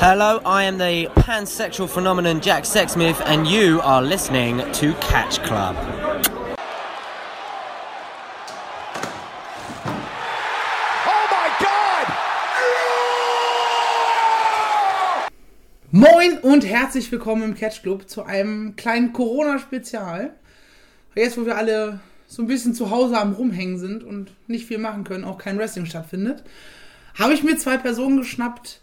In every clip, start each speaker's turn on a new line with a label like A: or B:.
A: Hello, I am the pansexual phenomenon Jack Sexsmith, and you are listening to Catch Club.
B: Oh my God!
C: Moin und herzlich willkommen im Catch Club zu einem kleinen Corona-Spezial. Jetzt, wo wir alle so ein bisschen zu Hause am Rumhängen sind und nicht viel machen können, auch kein Wrestling stattfindet, habe ich mir zwei Personen geschnappt,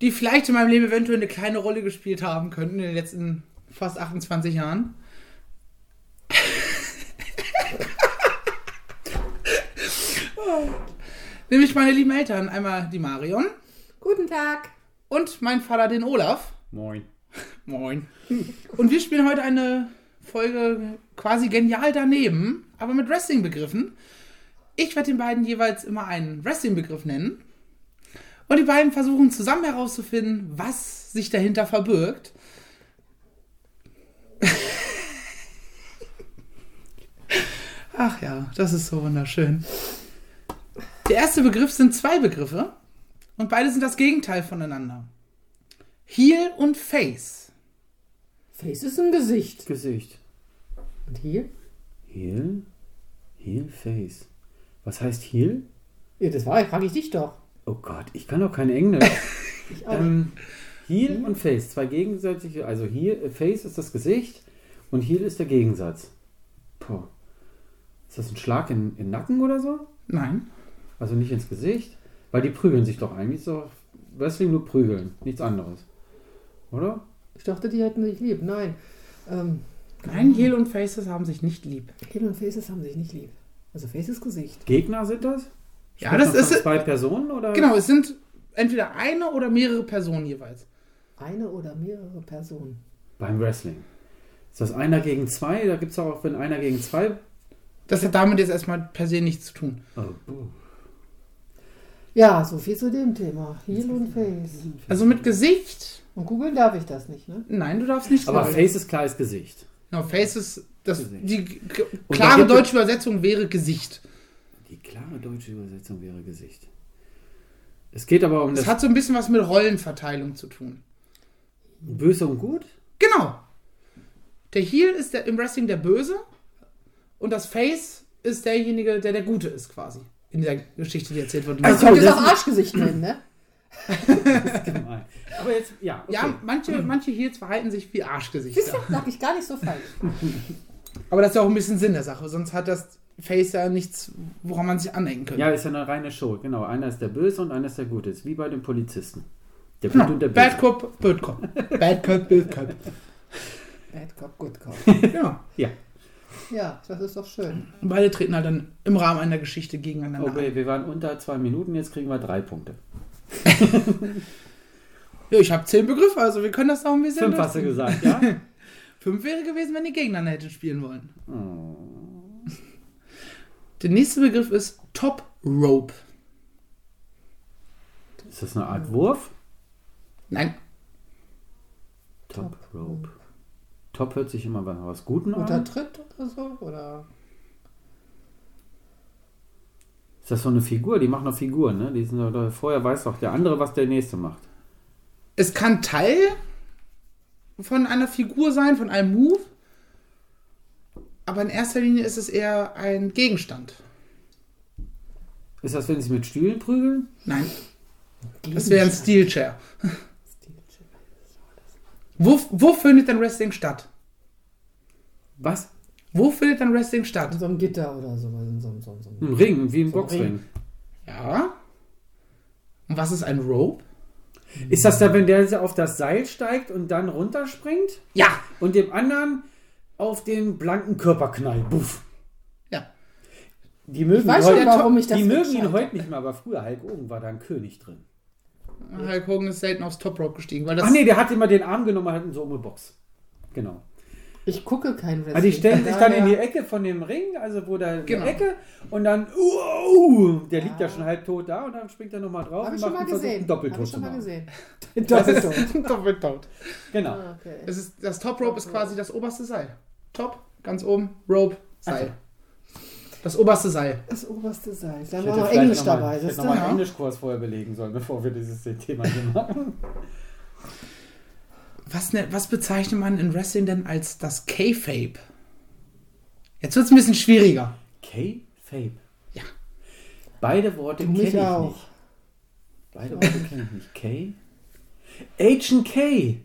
C: die vielleicht in meinem Leben eventuell eine kleine Rolle gespielt haben könnten in den letzten fast 28 Jahren. Nämlich meine lieben Eltern, einmal die Marion
D: Guten Tag.
C: und mein Vater, den Olaf.
E: Moin.
C: Moin. Und wir spielen heute eine Folge quasi genial daneben, aber mit Wrestling-Begriffen. Ich werde den beiden jeweils immer einen Wrestling-Begriff nennen. Und die beiden versuchen zusammen herauszufinden, was sich dahinter verbirgt. Ach ja, das ist so wunderschön. Der erste Begriff sind zwei Begriffe und beide sind das Gegenteil voneinander. Heel und Face.
D: Face ist ein Gesicht.
E: Gesicht.
D: Und hier?
E: Heel? Heel Face. Was heißt Heel?
D: Ja, das war, frage ich dich doch.
E: Oh Gott, ich kann doch kein Englisch.
D: Ich auch.
E: ähm, Heel und Face, zwei gegenseitige, also Heel, äh, Face ist das Gesicht und Heel ist der Gegensatz. Puh. Ist das ein Schlag in, in den Nacken oder so?
C: Nein.
E: Also nicht ins Gesicht? Weil die prügeln sich doch eigentlich. Ist doch Wrestling nur prügeln, nichts anderes. Oder?
D: ich dachte, die hätten sich lieb. Nein. Ähm,
C: Nein, Heel und Faces haben sich nicht lieb.
D: Heel und Faces haben sich nicht lieb. Also Face ist Gesicht.
E: Gegner sind das?
C: Ja, das
E: Spricht man von
C: ist.
E: Zwei Personen oder?
C: Genau, es sind entweder eine oder mehrere Personen jeweils.
D: Eine oder mehrere Personen.
E: Beim Wrestling. Ist das einer gegen zwei? Da gibt es auch, wenn einer gegen zwei.
C: Das hat damit jetzt erstmal per se nichts zu tun.
E: Oh,
D: Ja, so viel zu dem Thema. Heel und Face.
C: Also mit Gesicht.
D: Und googeln darf ich das nicht, ne?
C: Nein, du darfst nicht
E: Aber
C: sagen.
E: Face ist klares Gesicht.
C: Genau, Face ist. Das,
E: Gesicht.
C: die k-
E: da
C: klare
E: gibt es-
C: deutsche Übersetzung wäre Gesicht.
E: Die klare deutsche Übersetzung wäre Gesicht. Es geht aber um
C: Das
E: das,
C: hat so ein bisschen was mit Rollenverteilung zu tun.
E: Böse und Gut.
C: Genau. Der Heel ist der, im Wrestling der Böse und das Face ist derjenige, der der Gute ist, quasi. In der Geschichte, die erzählt wurde.
D: Also, das auch Arschgesicht nennen, ne?
E: aber jetzt, ja. Okay.
C: ja, manche, manche Heels verhalten sich wie Arschgesichter.
D: Mhm. Siehst du, sag ich gar nicht so falsch.
C: Aber das ist ja auch ein bisschen Sinn der Sache, sonst hat das Face ja nichts, woran man sich anhängen könnte.
E: Ja, ist ja eine reine Show. Genau. Einer ist der Böse und einer ist der Gute. Ist wie bei den Polizisten. Der Gute
C: Genau.
E: und der Böse.
C: Bad Cop, Bad Cop. Bad Cop, Bad Cop.
D: Bad Cop, Good Cop.
C: Ja.
E: Ja.
D: Ja, das ist doch schön.
C: Und beide treten halt dann im Rahmen einer Geschichte gegeneinander
E: Okay, wir waren unter zwei Minuten. Jetzt kriegen wir drei Punkte.
C: an. Ja, ich habe zehn Begriffe, also wir können das auch ein bisschen.
E: Fünf hast du
C: durchziehen.
E: gesagt, ja?
C: Fünf wäre gewesen, wenn die gegeneinander hätten spielen wollen.
E: Oh.
C: Der nächste Begriff ist Top Rope.
E: Ist das eine Art Wurf?
C: Nein,
E: Top Rope. Top hört sich immer bei was Guten an.
D: Untertritt oder so? Oder?
E: Ist das so eine Figur? Die machen doch Figuren, ne? Die sind, oder vorher weiß doch der andere, was der nächste macht.
C: es kann Teil von einer Figur sein, von einem Move. Aber in erster Linie ist es eher ein Gegenstand.
E: Ist das, wenn sie mit Stühlen prügeln?
C: Nein, das wäre ein Steel Chair. Wo, wo findet denn Wrestling statt?
E: Was?
C: Wo findet denn Wrestling
D: In
C: statt?
D: so einem Gitter oder sowas. In so, einem- so, einem- so. einem-
E: Ein Ring, wie ein
D: So ein
E: Boxring.
C: Ja. Und was ist ein Rope?
E: Ist das da, wenn der auf das Seil steigt und dann runterspringt
C: Ja.
E: und dem anderen auf den blanken Körper knallt? Buff.
C: Ja.
E: Die mögen,
D: weiß
E: ihn
D: schon,
E: heute-
D: warum ich das
E: die mögen
D: gecheckt
E: ihn heute nicht mehr, aber früher Hulk Hogan war da ein König drin.
C: Hulk Hogan ist selten aufs Top Rope gestiegen, weil das.
E: Ach nee, der hat immer den Arm genommen und hat ihn so umgeboxt. Genau.
D: Ich gucke kein Wrestling.
E: Also die stellen sich
D: Von
E: dann in die
D: daher-
E: Ecke von dem Ring, also wo da
C: Genau.
E: die Ecke und dann uh, uh, der liegt ja schon halb tot da und dann springt er nochmal drauf
D: Habe ich
E: und
D: schon mal
E: einen Versuch, einen
D: gesehen. Habe
E: Doppeltor
D: ich
E: zu
D: schon mal
E: machen.
D: gesehen.
C: das ist doppelt tot.
E: Genau.
D: Okay.
C: Es ist, das Top Rope ist quasi das oberste Seil. Top, ganz oben, Rope, Seil. Das oberste Seil.
D: Das oberste Seil. Da
E: Ich
D: war
E: hätte
D: noch
E: vielleicht
D: Englisch
E: noch mal-
D: dabei.
E: Ich hätte
D: siehst du? ne?
E: nochmal
C: ja.
E: einen Englischkurs vorher belegen sollen, bevor wir dieses Thema hier machen.
C: Was, ne, was bezeichnet man in Wrestling denn als das K-Fape? Jetzt wird es ein bisschen schwieriger.
E: K-Fape.
C: Ja.
E: Beide Worte
D: Du
E: kenne
D: mich
E: ich
D: auch.
E: nicht. Beide Worte kenne ich nicht. K? Agent K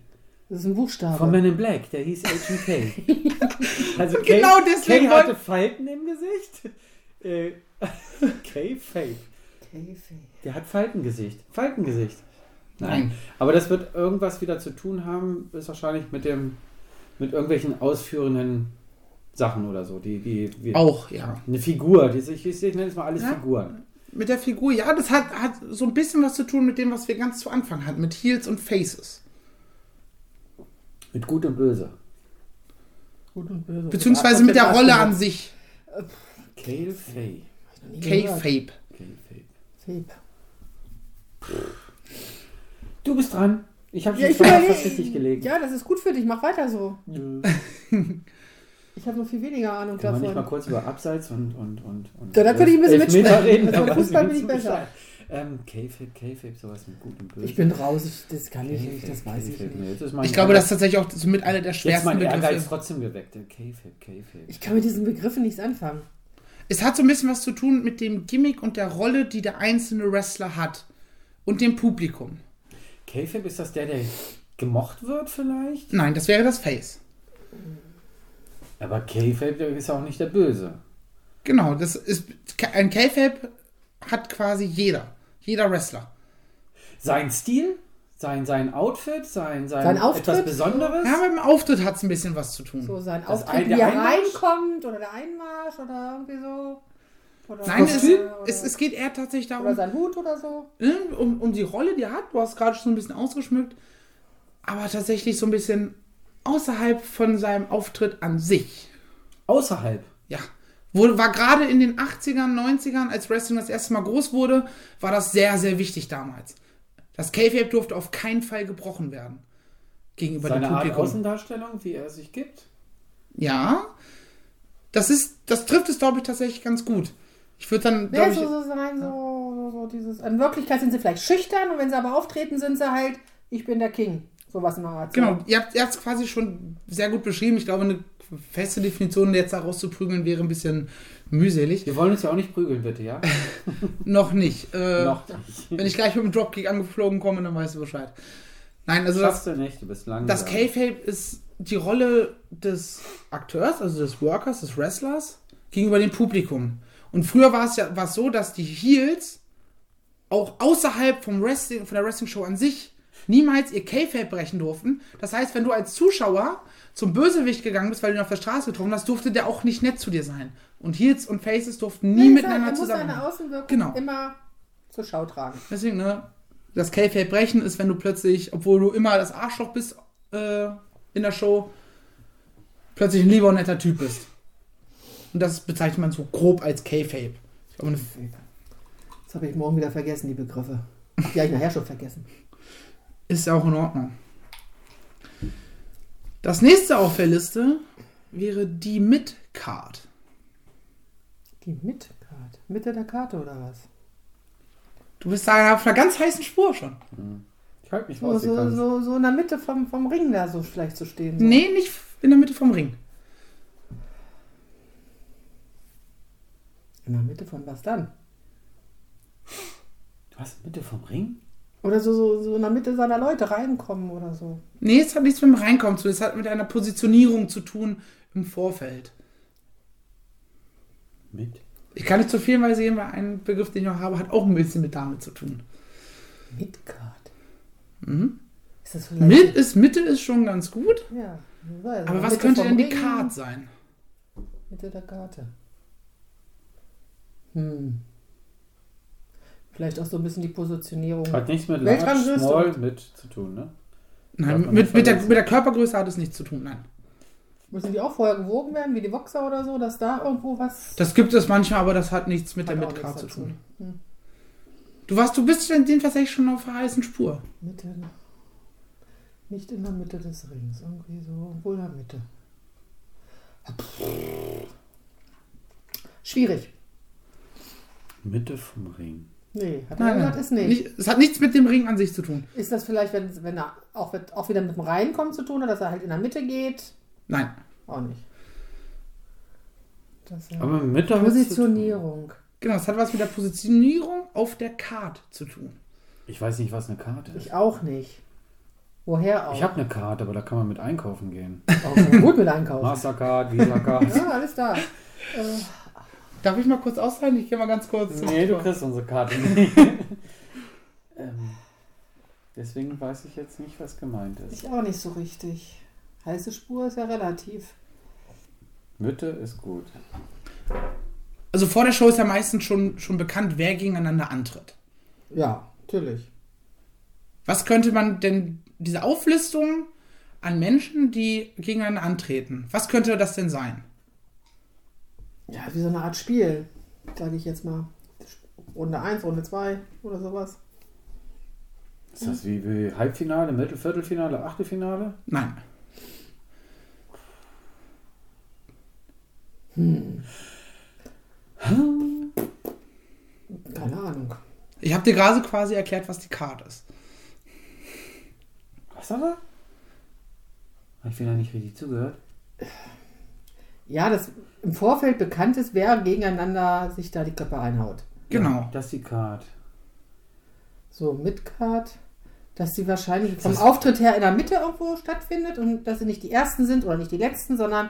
D: Das ist ein Buchstabe.
E: von Men in Black, der hieß Agent K. Also K,
C: Genau deswegen
E: K hatte
C: wollt-
E: Falten im Gesicht. Äh, K-Fape.
D: Käfig.
E: Der hat Faltengesicht. Faltengesicht.
C: Nein.
E: Aber das wird irgendwas wieder zu tun haben, ist wahrscheinlich mit dem, mit irgendwelchen ausführenden Sachen oder so. Die, die, die
C: Auch, ja.
E: Eine Figur, die sich, ich nenne es mal alles
C: Ja.
E: Figuren.
C: Mit der Figur, ja, das hat, hat so ein bisschen was zu tun mit dem, was wir ganz zu Anfang hatten, mit Heels und Faces.
E: Mit Gut und Böse.
D: Gut und böse.
C: Beziehungsweise mit der Rolle an sich.
E: Kale Faye.
C: K-Fape.
E: Kale Faye.
D: Käfig.
E: Du bist dran. Ich habe
D: Ja,
E: schon
D: ich
E: zweimal
D: überlege.
E: fast richtig gelegt.
D: Ja, das ist gut für dich. Mach weiter so.
E: Nö.
D: Ich habe noch viel weniger Ahnung
E: Kann man nicht mal
D: davon.
E: kurz über Abseits und. und, und, und
D: Ja, da könnte ich ein bisschen
E: Elfmeter
D: mitsprechen. Also
E: da
D: beim
E: weiß
D: Fußball
E: nicht
D: bin ich besser.
E: so Bescheid. Ähm, K-Fape, K-Fape, sowas mit Gut und Böse.
D: Ich bin raus. Ich, das kann ich
E: K-Fape,
D: nicht. Das weiß ich
E: K-Fape.
D: nicht.
E: Nee, jetzt ist mein-
C: Ich glaube, das ist tatsächlich auch so mit einer der
E: Jetzt
C: schwersten
E: mein Ehrgeiz
C: Begriffe.
E: trotzdem geweckt. K-Fape, K-Fape.
D: Ich kann mit diesen Begriffen nichts anfangen.
C: Es hat so ein bisschen was zu tun mit dem Gimmick und der Rolle, die der einzelne Wrestler hat. Und dem Publikum.
E: K-Fape ist das der, der gemocht wird vielleicht?
C: Nein, das wäre das Face.
E: Aber K-Fape der ist auch nicht der Böse.
C: Genau, das ist ein K-Fape hat quasi jeder. Jeder Wrestler.
E: Sein Stil, sein, sein Outfit, sein, sein,
D: Sein Auftritt?
E: etwas Besonderes.
C: Ja, mit dem Auftritt hat es ein bisschen was zu tun.
D: So sein
E: Das
D: Auftritt,
E: ein-
D: wie
E: der
D: er
E: Einmarsch?
D: reinkommt oder der Einmarsch oder irgendwie so. Oder
C: Nein, es,
E: Kostüm?
C: es, es geht eher tatsächlich
D: oder
C: darum,
D: sein Hut oder so.
C: ne, um, um die Rolle, die er hat. Du hast gerade schon ein bisschen ausgeschmückt. Aber tatsächlich so ein bisschen außerhalb von seinem Auftritt an sich.
E: Außerhalb.
C: Ja. Wurde, war gerade in den 80ern, 90ern, als Wrestling das erste Mal groß wurde, war das sehr, sehr wichtig damals. Das K-Fape durfte auf keinen Fall gebrochen werden. Gegenüber
E: Seine
C: dem
E: Art
C: Publikum.
E: Außendarstellung, wie er sich gibt.
C: Ja. Das ist, das trifft es, glaube ich, tatsächlich ganz gut. Ich würde dann,
D: Ja,
C: glaube ich,
D: so, so sein, so, so, so dieses. In Wirklichkeit sind sie vielleicht schüchtern und wenn sie aber auftreten, sind sie halt, ich bin der King. Sowas in der Art.
C: genau,
D: So.
C: ihr habt es quasi schon sehr gut beschrieben. Ich glaube, eine feste Definition jetzt daraus zu prügeln, wäre ein bisschen mühselig.
E: Wir wollen uns ja auch nicht prügeln, bitte, ja?
C: Noch nicht. Äh,
E: Noch nicht.
C: Wenn ich gleich mit dem Dropkick angeflogen komme, dann weißt du Bescheid. Nein, also das,
E: Schaffst du nicht, du bist
D: Ähm,
E: langsam.
C: Das K-Fape ist die Rolle des Akteurs, also des Workers, des Wrestlers, gegenüber dem Publikum. Und früher war es ja war es so, dass die Heels auch außerhalb vom Wrestling, von der Wrestling-Show an sich niemals ihr K-Fape brechen durften. Das heißt, wenn du als Zuschauer zum Bösewicht gegangen bist, weil du ihn auf der Straße getroffen hast, durfte der auch nicht nett zu dir sein. Und Heels und Faces durften nie
D: Wie gesagt,
C: miteinander
D: er halt, muss
C: zusammen.
D: seine Außenwirkung
C: Genau.
D: immer zur Schau tragen.
C: Deswegen, ne? Das K-Fape brechen ist, wenn du plötzlich, obwohl du immer das Arschloch bist äh, in der Show, plötzlich ein lieber und netter Typ bist. Und das bezeichnet man so grob als K-Fape. Ich glaube, eine-
D: Das habe ich morgen wieder vergessen, die Begriffe. Die habe ich nachher schon vergessen.
C: Ist ja auch in Ordnung. Das nächste auf der Liste wäre die Mid-Card.
D: Die Mittkarte. Mitte der Karte oder was?
C: Du bist da auf einer ganz heißen Spur schon.
E: Ich halte mich
D: So,
E: raus.
D: so, so, so in der Mitte vom, vom Ring da so vielleicht zu stehen. So.
C: Nee, nicht in der Mitte vom Ring.
D: In der Mitte von was dann?
E: Was? Mitte vom Ring?
D: Oder so, so, so in der Mitte seiner Leute reinkommen oder so.
C: Nee, es hat nichts mit dem Reinkommen zu tun. Es hat mit einer Positionierung zu tun im Vorfeld.
E: Mit?
C: Ich kann nicht zu viel mal sehen, weil ein Begriff, den ich noch habe, hat auch ein bisschen mit damit zu tun.
D: Midgard.
C: Mhm.
D: Ist das vielleicht.
C: Mid ist Mitte ist schon ganz gut,
D: Ja. Also
C: aber was
D: Mitte
C: könnte
D: vom
C: denn die
D: Ring,
C: Card sein?
D: Mitte der Karte. Hm. Vielleicht auch so ein bisschen die Positionierung.
E: Hat nichts mit Large,
D: Weltrangliste
E: Small, mit zu tun, ne? Darf
C: Nein,
E: man
C: mit,
E: nicht
C: mit, der,
E: vergessen.
C: mit der Körpergröße hat es nichts zu tun, nein.
D: Müssen die auch vorher gewogen werden, wie die Boxer oder so, dass da irgendwo was.
C: Das gibt es manchmal, aber das hat nichts mit
D: Hat
C: der
D: auch
C: Mid-Card zu
D: nichts
C: tun.
D: dazu. Hm.
C: Du warst, du bist denn den tatsächlich schon auf der heißen Spur.
D: Mitte. Nicht in der Mitte des Rings, irgendwie so, wohl in der Mitte. Schwierig.
E: Mitte vom Ring.
D: Nee, hat er
C: Nein,
D: gesagt,
C: nein.
D: ist nicht.
C: Nicht, es hat nichts mit dem Ring an sich zu tun.
D: Ist das vielleicht, wenn, wenn er auch, mit- auch wieder mit dem Reinkommen zu tun hat, dass er halt in der Mitte geht?
C: Nein.
D: Auch nicht. Das ist
E: Aber Mitte hat's zu tun.
D: Positionierung.
C: Genau, es hat was mit der Positionierung auf der Karte zu tun.
E: Ich weiß nicht, was eine Karte ist.
D: Ich auch nicht. Woher auch?
E: Ich habe eine Karte, aber da kann man mit einkaufen gehen.
D: auch schon gut mit einkaufen.
E: Mastercard, Visa-Card.
D: Ja, alles da.
C: Darf ich mal kurz aushalten? Ich gehe mal ganz kurz. zum-
E: nee, du kriegst unsere Karte nicht. ähm, deswegen weiß ich jetzt nicht, was gemeint ist.
D: Ich auch nicht so richtig. Heiße Spur ist ja relativ.
E: Mitte ist gut.
C: Also vor der Show ist ja meistens schon, schon bekannt, wer gegeneinander antritt.
D: Ja, natürlich.
C: Was könnte man denn, diese Auflistung an Menschen, die gegeneinander antreten, was könnte das denn sein?
D: Ja, wie so eine Art Spiel, sage ich jetzt mal. Runde 1, Runde 2 oder sowas.
E: Ist das wie, wie Halbfinale, Mittel, Viertelfinale, Achtelfinale?
C: Nein.
D: Keine Ahnung.
C: Ich habe dir gerade quasi erklärt, was die Karte ist.
E: Was aber? Hab Ich bin da nicht richtig zugehört.
D: Ja, dass im Vorfeld bekannt ist, wer gegeneinander sich da die Köpfe reinhaut.
C: Genau.
E: Das ist die Karte.
D: So, Midcard, dass sie wahrscheinlich vom Auftritt her in der Mitte irgendwo stattfindet und dass sie nicht die Ersten sind oder nicht die Letzten, sondern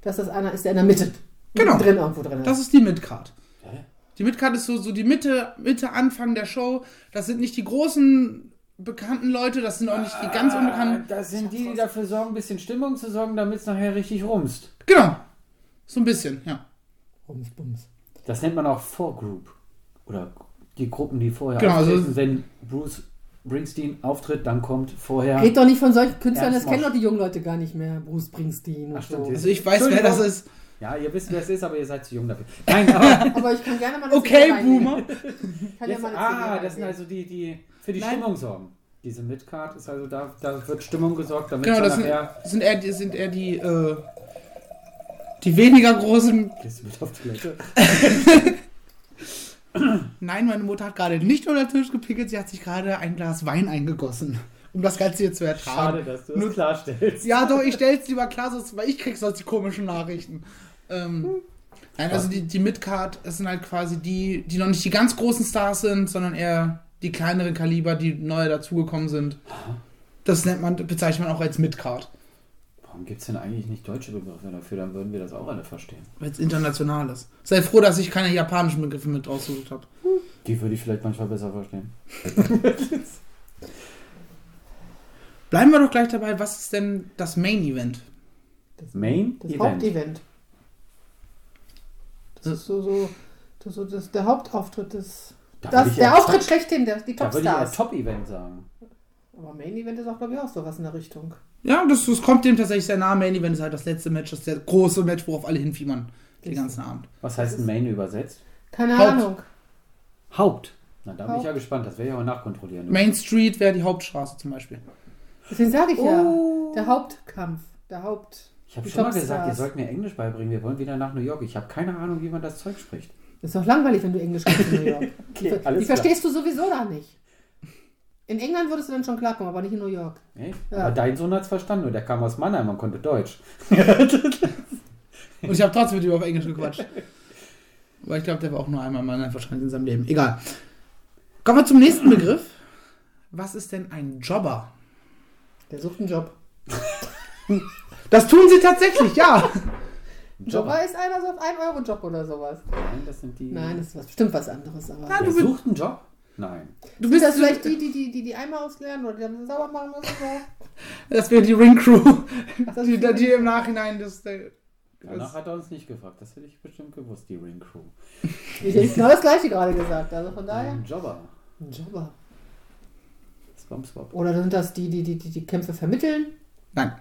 D: dass das einer ist, der in der Mitte
C: Genau.
D: drin irgendwo drin ist.
C: Das ist die Midcard.
E: Hä?
C: Die Midcard ist so, so die Mitte, Mitte, Anfang der Show. Das sind nicht die großen bekannten Leute, das sind auch nicht die ganz unbekannten.
E: Das sind die, die dafür sorgen, ein bisschen Stimmung zu sorgen, damit es nachher richtig rumst.
C: Genau. So ein bisschen, ja.
D: Bums, Oh, bums.
E: Das nennt man auch Vorgroup. Oder die Gruppen, die vorher
C: Genau, also-
E: auftreten. Wenn Bruce Springsteen auftritt, dann kommt vorher...
D: Red doch nicht von solchen Künstlern,
E: Ja,
D: das
E: Smosh.
D: kennen doch die jungen Leute gar nicht mehr. Bruce Springsteen und
E: Ach,
D: so.
E: stimmt.
C: Also ich weiß, wer das ist.
E: Ja, ihr wisst, wer es ist, aber ihr seid zu jung dafür. Nein, genau. aber...
D: Aber ich kann gerne mal eine CD
C: Okay,
D: reinnehmen.
C: Boomer.
D: Ich kann
E: Jetzt,
D: ja mal eine CD
E: ah, das sind
D: reinnehmen.
E: also die, die für die
C: Nein.
E: Stimmung sorgen. Diese Midcard ist also da, da wird Stimmung gesorgt, damit
C: Genau,
E: es
C: das
E: dann
C: sind,
E: nachher.
C: sind, eher, die- sind eher die, äh, die weniger großen.
E: Gehst du mit auf Toilette?
C: Nein, meine Mutter hat gerade nicht unter den Tisch gepickelt, sie hat sich gerade ein Glas Wein eingegossen, um das Ganze hier zu ertragen.
E: Schade, dass du
C: Nur-
E: es klarstellst.
C: Ja, doch, ich stell's lieber klar, sonst, weil ich krieg sonst die komischen Nachrichten. Ähm, nein, also die, die Midcard, es sind halt quasi die, die noch nicht die ganz großen Stars sind, sondern eher die kleineren Kaliber, die neu dazugekommen sind. Das nennt man, bezeichnet man auch als Midcard,
E: Warum gibt es denn eigentlich nicht deutsche Begriffe dafür? Dann würden wir das auch alle verstehen.
C: weil es international ist. Sei froh, dass ich keine japanischen Begriffe mit ausgesucht habe.
E: Die würde ich vielleicht manchmal besser verstehen.
C: Bleiben wir doch gleich dabei, was ist denn das Main Event?
E: Main
D: Das
E: Event.
D: Hauptevent. Das ist so, so, das, so das, der Hauptauftritt des.
E: Da
D: Das,
E: würde ich
D: der
E: eher-
D: Auftritt schlechthin, der, die
E: Da würde ich eher
D: Topstars.
E: Top-Event sagen.
D: Aber Main Event ist auch, glaube ich, auch sowas in der Richtung.
C: Ja, das, das kommt dem tatsächlich sehr nahe. Main Event ist halt das letzte Match, das der große Match, worauf alle hinfiebern den ganzen Abend.
E: Was heißt ein Main übersetzt?
D: Keine
C: Haupt-
D: Ahnung.
E: Haupt. Na, da bin ich ja
D: Haupt.
E: gespannt. Das werde ich aber nachkontrollieren.
C: Main Street wäre die Hauptstraße zum Beispiel.
D: Deswegen sage ich ja. Der Hauptkampf. Der Haupt.
E: Oh. ich habe
D: die
E: schon mal
D: Topstars.
E: gesagt, ihr sollt mir Englisch beibringen. Wir wollen wieder nach New York. Ich habe keine Ahnung, wie man das Zeug spricht.
D: Ist doch langweilig, wenn du Englisch kannst in New York.
E: Okay,
D: die
E: alles
D: die
E: klar.
D: verstehst du sowieso da nicht. In England würdest du dann schon klarkommen, aber nicht in New York.
E: Nee?
D: Ja.
E: Aber dein Sohn hat es verstanden und der kam aus Mannheim und konnte Deutsch.
C: Und ich habe trotzdem mit ihm auf Englisch gequatscht. Weil ich glaube, der war auch nur einmal Mann wahrscheinlich in seinem Leben. Egal. Kommen wir zum nächsten Begriff. Was ist denn ein Jobber?
D: Der sucht einen Job.
C: Das tun sie tatsächlich, ja.
D: Jobber ist einer so auf 1 Euro Job oder sowas.
E: Nein, das sind die.
D: Nein, das ist was, bestimmt was anderes. Aber
C: Ja,
E: Der
C: du bist,
E: sucht einen Job? Nein.
C: du
D: Sind
C: bist
D: das vielleicht die, die, die, die, die Eimer ausleeren oder die dann sauber machen müssen? So?
C: Das wäre die Ring Crew,
D: Das ist
C: die,
D: die-
C: die im Nachhinein das. äh, der-
E: Danach hat er uns nicht gefragt. Das hätte ich bestimmt gewusst, die Ring Crew.
D: Ich hätte genau das gleiche gerade gesagt. Also von daher.
E: Ein Jobber.
D: Ein Jobber.
E: Swamp Swap.
D: Oder sind das die, die, die, die, die Kämpfe vermitteln?
C: Nein,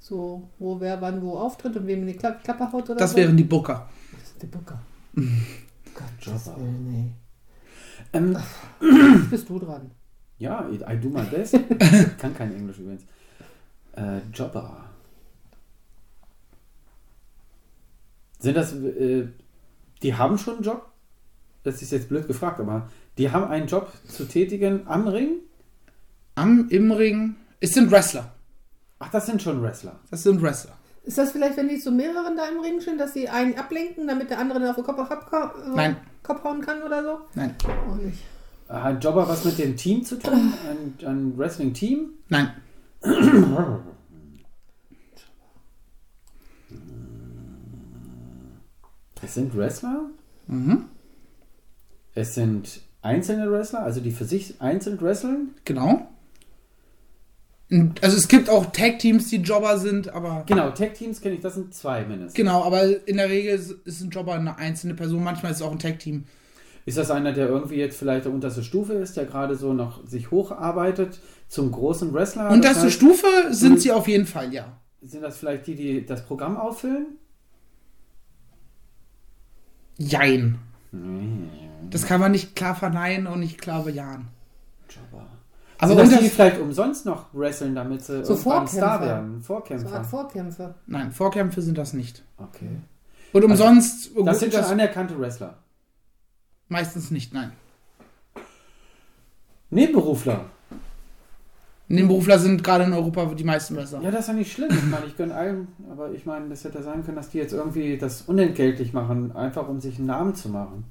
D: So, wo wer wann wo auftritt und wem in die Kla Klappe haut oder
C: das
D: so?
C: wären die Booker.
D: Das ist der Booker. Gott,
E: Jobber.
D: Jobber. Nee.
E: Ähm,
D: Jetzt bist du dran.
E: ja, I do my best. Kann kein Englisch übrigens. Äh, Jobber. Sind das äh, die haben schon einen Job. Das ist jetzt blöd gefragt, aber die haben einen Job zu tätigen am Ring.
C: Am, im Ring. Es sind Wrestler.
E: Ach, das sind schon Wrestler.
C: Das sind Wrestler.
D: Ist das vielleicht, wenn die zu mehreren da im Ring sind, dass sie einen ablenken, damit der andere dann auf den Kopf, abka- äh,
C: Nein.
D: Kopf hauen kann oder so?
C: Nein.
D: Auch nicht.
E: Hat Jobber was mit dem Team zu tun? Ein, ein Wrestling-Team?
C: Nein.
E: Es sind Wrestler.
D: Mhm.
E: Es sind einzelne Wrestler, also die für sich einzeln wresteln.
C: Genau. Und, Also es gibt auch Tag-Teams, die Jobber sind, aber.
E: Genau, Tag-Teams kenne ich, das sind zwei mindestens.
C: Genau, aber in der Regel ist- ist ein Jobber eine einzelne Person, manchmal ist es auch ein Tag-Team.
E: Ist das einer, der irgendwie jetzt vielleicht der unterste Stufe ist, der gerade so noch sich hocharbeitet zum großen Wrestler?
C: Und das
E: das
C: zur
E: heißt,
C: Stufe sind sie auf jeden Fall, ja.
E: sind das vielleicht die, die das Programm auffüllen?
C: Jein. Das kann man nicht klar verneinen und nicht klar bejahen.
E: Jobber.
C: Aber um
E: sind das
C: unter-
E: die, die vielleicht umsonst noch wresteln, damit sie
D: So
E: irgendwann Star
D: Vorkämpfer.
E: werden?
D: So
E: Vorkämpfer.
D: Art Vorkämpfe.
C: Nein, Vorkämpfe sind das nicht.
E: okay.
C: Und umsonst
E: Also, Das sind schon anerkannte Wrestler.
C: meistens nicht, nein.
E: Nebenberufler.
C: Nebenberufler sind gerade in Europa die meisten Wrestler.
E: Ja, das ist ja nicht schlimm. Ich meine, ich gönne allem, aber ich meine, das hätte sein können, dass die jetzt irgendwie das unentgeltlich machen, einfach um sich einen Namen zu machen.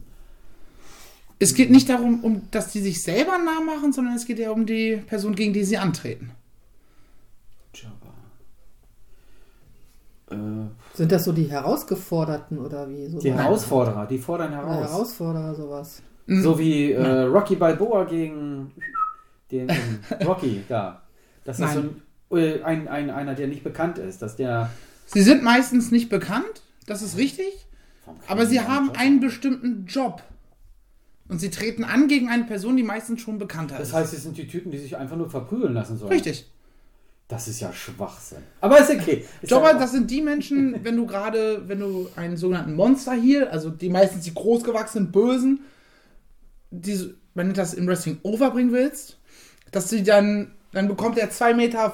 C: Es geht nicht darum, um, dass die sich selber einen Namen machen, sondern es geht ja um die Person, gegen die sie antreten.
E: Jobber. Äh,
D: Sind das so die Herausgeforderten oder wie? So
E: die
D: Nein.
E: Herausforderer, die fordern
D: Ja,
E: heraus.
D: Herausforderer, sowas.
E: So wie äh, Rocky Balboa gegen den ähm, Rocky da. Das ist so
C: Nein.
E: ein, äh, ein, ein, einer, der nicht bekannt ist, dass der.
C: Sie sind meistens nicht bekannt, das ist richtig, aber sie haben einen bestimmten Job. Und sie treten an gegen eine Person, die meistens schon bekannter ist.
E: Das heißt, es sind die Typen, die sich einfach nur verprügeln lassen sollen.
C: richtig.
E: Das ist ja Schwachsinn. Aber ist okay. Ist
C: Jobber,
E: ja,
C: das sind die Menschen, wenn du gerade, wenn du einen sogenannten Monster hier, also die meistens die großgewachsenen Bösen, die, so- wenn du das im Wrestling overbringen willst, dass sie dann, dann bekommt der 2,50 Meter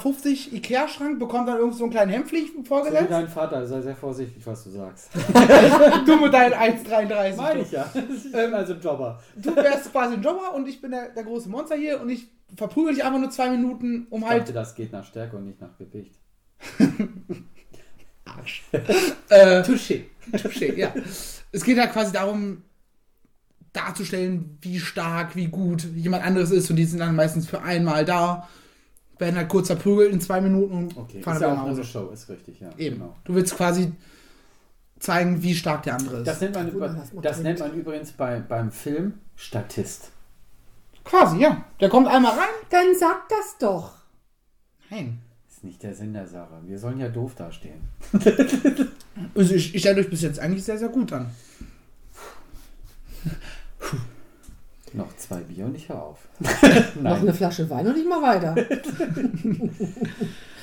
C: Ikea-Schrank, bekommt dann irgend so einen kleinen Hämpfling
E: so wie
C: vorgesetzt.
E: dein Vater, sei sehr vorsichtig, was du sagst.
C: Du mit deinen 1,33.
E: Meine ich ja. Ich bin also Jobber.
C: Du wärst quasi ein Jobber und ich bin der, der große Monster hier und ich verprügel dich einfach nur zwei Minuten, um
E: Ich dachte,
C: halt.
E: das geht nach Stärke und nicht nach Gewicht.
C: Äh, Touché. Touché, ja. Es geht ja quasi darum, darzustellen, wie stark, wie gut jemand anderes ist und die sind dann meistens für einmal da, werden halt kurz verprügelt in zwei Minuten und
E: Okay,
C: fahren
E: ist
C: dann wieder
E: ja
C: nach
E: auch eine
C: Hause.
E: Show, ist richtig, ja.
C: Eben.
E: Genau.
C: Du willst quasi zeigen, wie stark der andere ist.
E: Das nennt man, über,
D: das macht
E: das
D: Sinn.
E: nennt man übrigens bei, beim Film Statist.
C: quasi, ja. Der kommt einmal rein.
D: Dann sag das doch.
C: Nein.
E: Ist nicht der Sinn der Sache. Wir sollen ja doof dastehen.
C: Also ich, ich stelle euch bis jetzt eigentlich sehr, sehr gut an.
E: Noch zwei Bier und ich höre auf.
D: Noch eine Flasche Wein und ich mal weiter.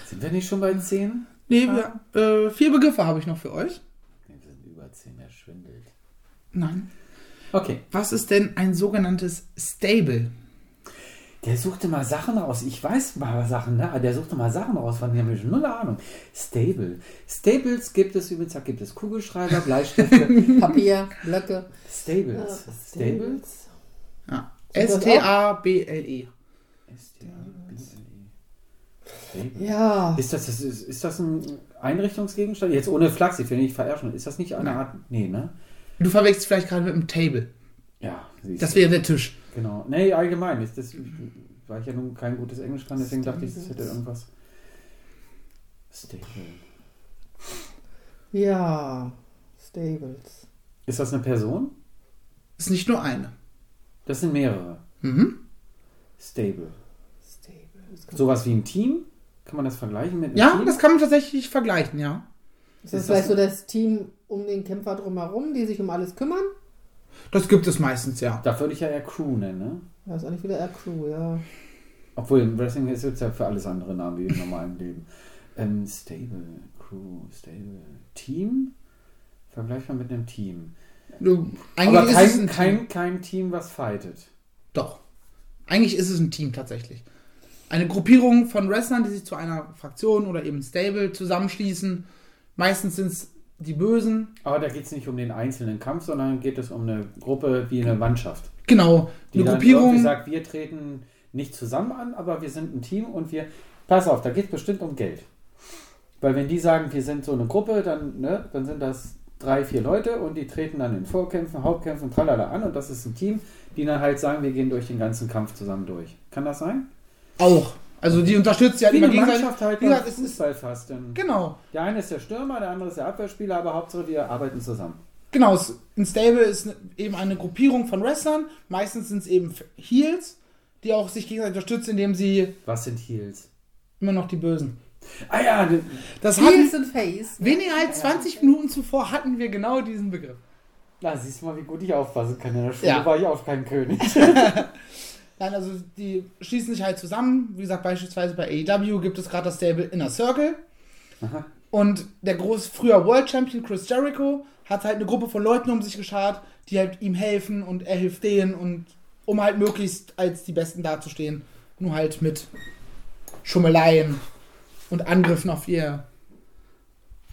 E: Sind wir nicht schon bei 10?
C: Nee, wir, äh, vier Begriffe habe ich noch für euch.
E: Nee, wir sind über 10, er schwindelt.
C: Nein.
E: Okay.
C: Was ist denn ein sogenanntes Stable?
E: Der suchte mal Sachen raus. Ich weiß mal Sachen, ne? Aber Der suchte mal Sachen raus, von dem habe ich null Ahnung. Stable. Stables gibt es übrigens, da gibt es Kugelschreiber, Bleistifte.
D: Papier, Blöcke.
E: Stables. Stables.
C: Ja.
D: das
C: S-T-A-B-L-E.
E: Stable.
D: Ja.
E: Ist das, ist, ist das ein Einrichtungsgegenstand? Jetzt ohne Flachs, ich will nicht verärschen. Ist das nicht eine Art. Nee, ne?
C: Du verwechselst vielleicht gerade mit einem Table.
E: Ja, siehst
C: Das
E: du.
C: wäre der Tisch.
E: Genau. Nee, allgemein. Ist das, weil ich ja nun kein gutes Englisch kann, deswegen dachte ich, das hätte irgendwas. Stable.
D: Ja. Stables.
E: Ist das eine Person?
C: Ist nicht nur eine.
E: Das sind mehrere.
C: Mhm.
E: Stable.
D: Stables.
E: Sowas wie ein Team? Kann man das vergleichen mit einem
C: Ja,
E: Team?
C: das kann man tatsächlich vergleichen, ja.
D: Ist das
E: Ist das
D: vielleicht so
E: so-
D: das Team um den Kämpfer drumherum, die sich um alles kümmern?
C: Das gibt es meistens, ja.
E: da würde ich ja eher Crew nennen, ne?
D: Ja, ist eigentlich wieder eher Crew, ja.
E: Obwohl im Wrestling ist es ja für alles andere Namen wie im normalen Leben. Ähm, stable, Crew, Stable. Team? Vergleichbar mit einem Team.
C: Du, eigentlich
E: Aber
C: ist es
E: kein,
C: ein Team.
E: kein, kein Team, was fightet.
C: Doch. Eigentlich ist es ein Team tatsächlich. Eine Gruppierung von Wrestlern, die sich zu einer Fraktion oder eben Stable zusammenschließen. Meistens sind es die Bösen.
E: Aber da geht es nicht um den einzelnen Kampf, sondern geht es um eine Gruppe wie
C: Hm.
E: eine Mannschaft.
C: Genau,
E: Die
C: eine
E: dann irgendwie
C: Gruppierung.
E: sagt, wir treten nicht zusammen an, aber wir sind ein Team und wir. Pass auf, da geht es bestimmt um Geld. Weil wenn die sagen, wir sind so eine Gruppe, dann, ne, dann sind das drei, vier Leute und die treten dann in Vorkämpfen, Hauptkämpfen, tralala an und das ist ein Team, die dann halt sagen, wir gehen durch den ganzen Kampf zusammen durch. Kann das sein?
C: Auch. Also die unterstützt ja
E: Wie
C: immer
E: eine
C: gegenseitig.
E: Mannschaft halt
C: Wie
E: beim
C: gesagt, es ist,
E: Fußball fast. Denn
C: genau.
E: Der eine ist der Stürmer, der andere ist der Abwehrspieler, aber Hauptsache wir arbeiten zusammen.
C: Genau, es- ein Stable ist ne- eben eine Gruppierung von Wrestlern. Meistens sind es eben F- Heels, die auch sich gegenseitig unterstützen, indem sie
E: Was sind Heels?
C: immer noch die Bösen.
E: Ah ja, ne-
C: Das
D: Heels
C: hatten,
D: and Face.
C: weniger als 20 Minuten zuvor hatten wir genau diesen Begriff.
E: na, siehst du mal, wie gut ich aufpassen kann. In der Schule
C: Ja.
E: war ich auch kein König.
C: Nein, also die schließen sich halt zusammen. Wie gesagt, beispielsweise bei AEW gibt es gerade das Stable Inner Circle. Und der groß früher World Champion Chris Jericho hat halt eine Gruppe von Leuten um sich geschart, die halt ihm helfen und er hilft denen und um halt möglichst als die Besten dazustehen. Nur halt mit Schummeleien und Angriffen auf ihr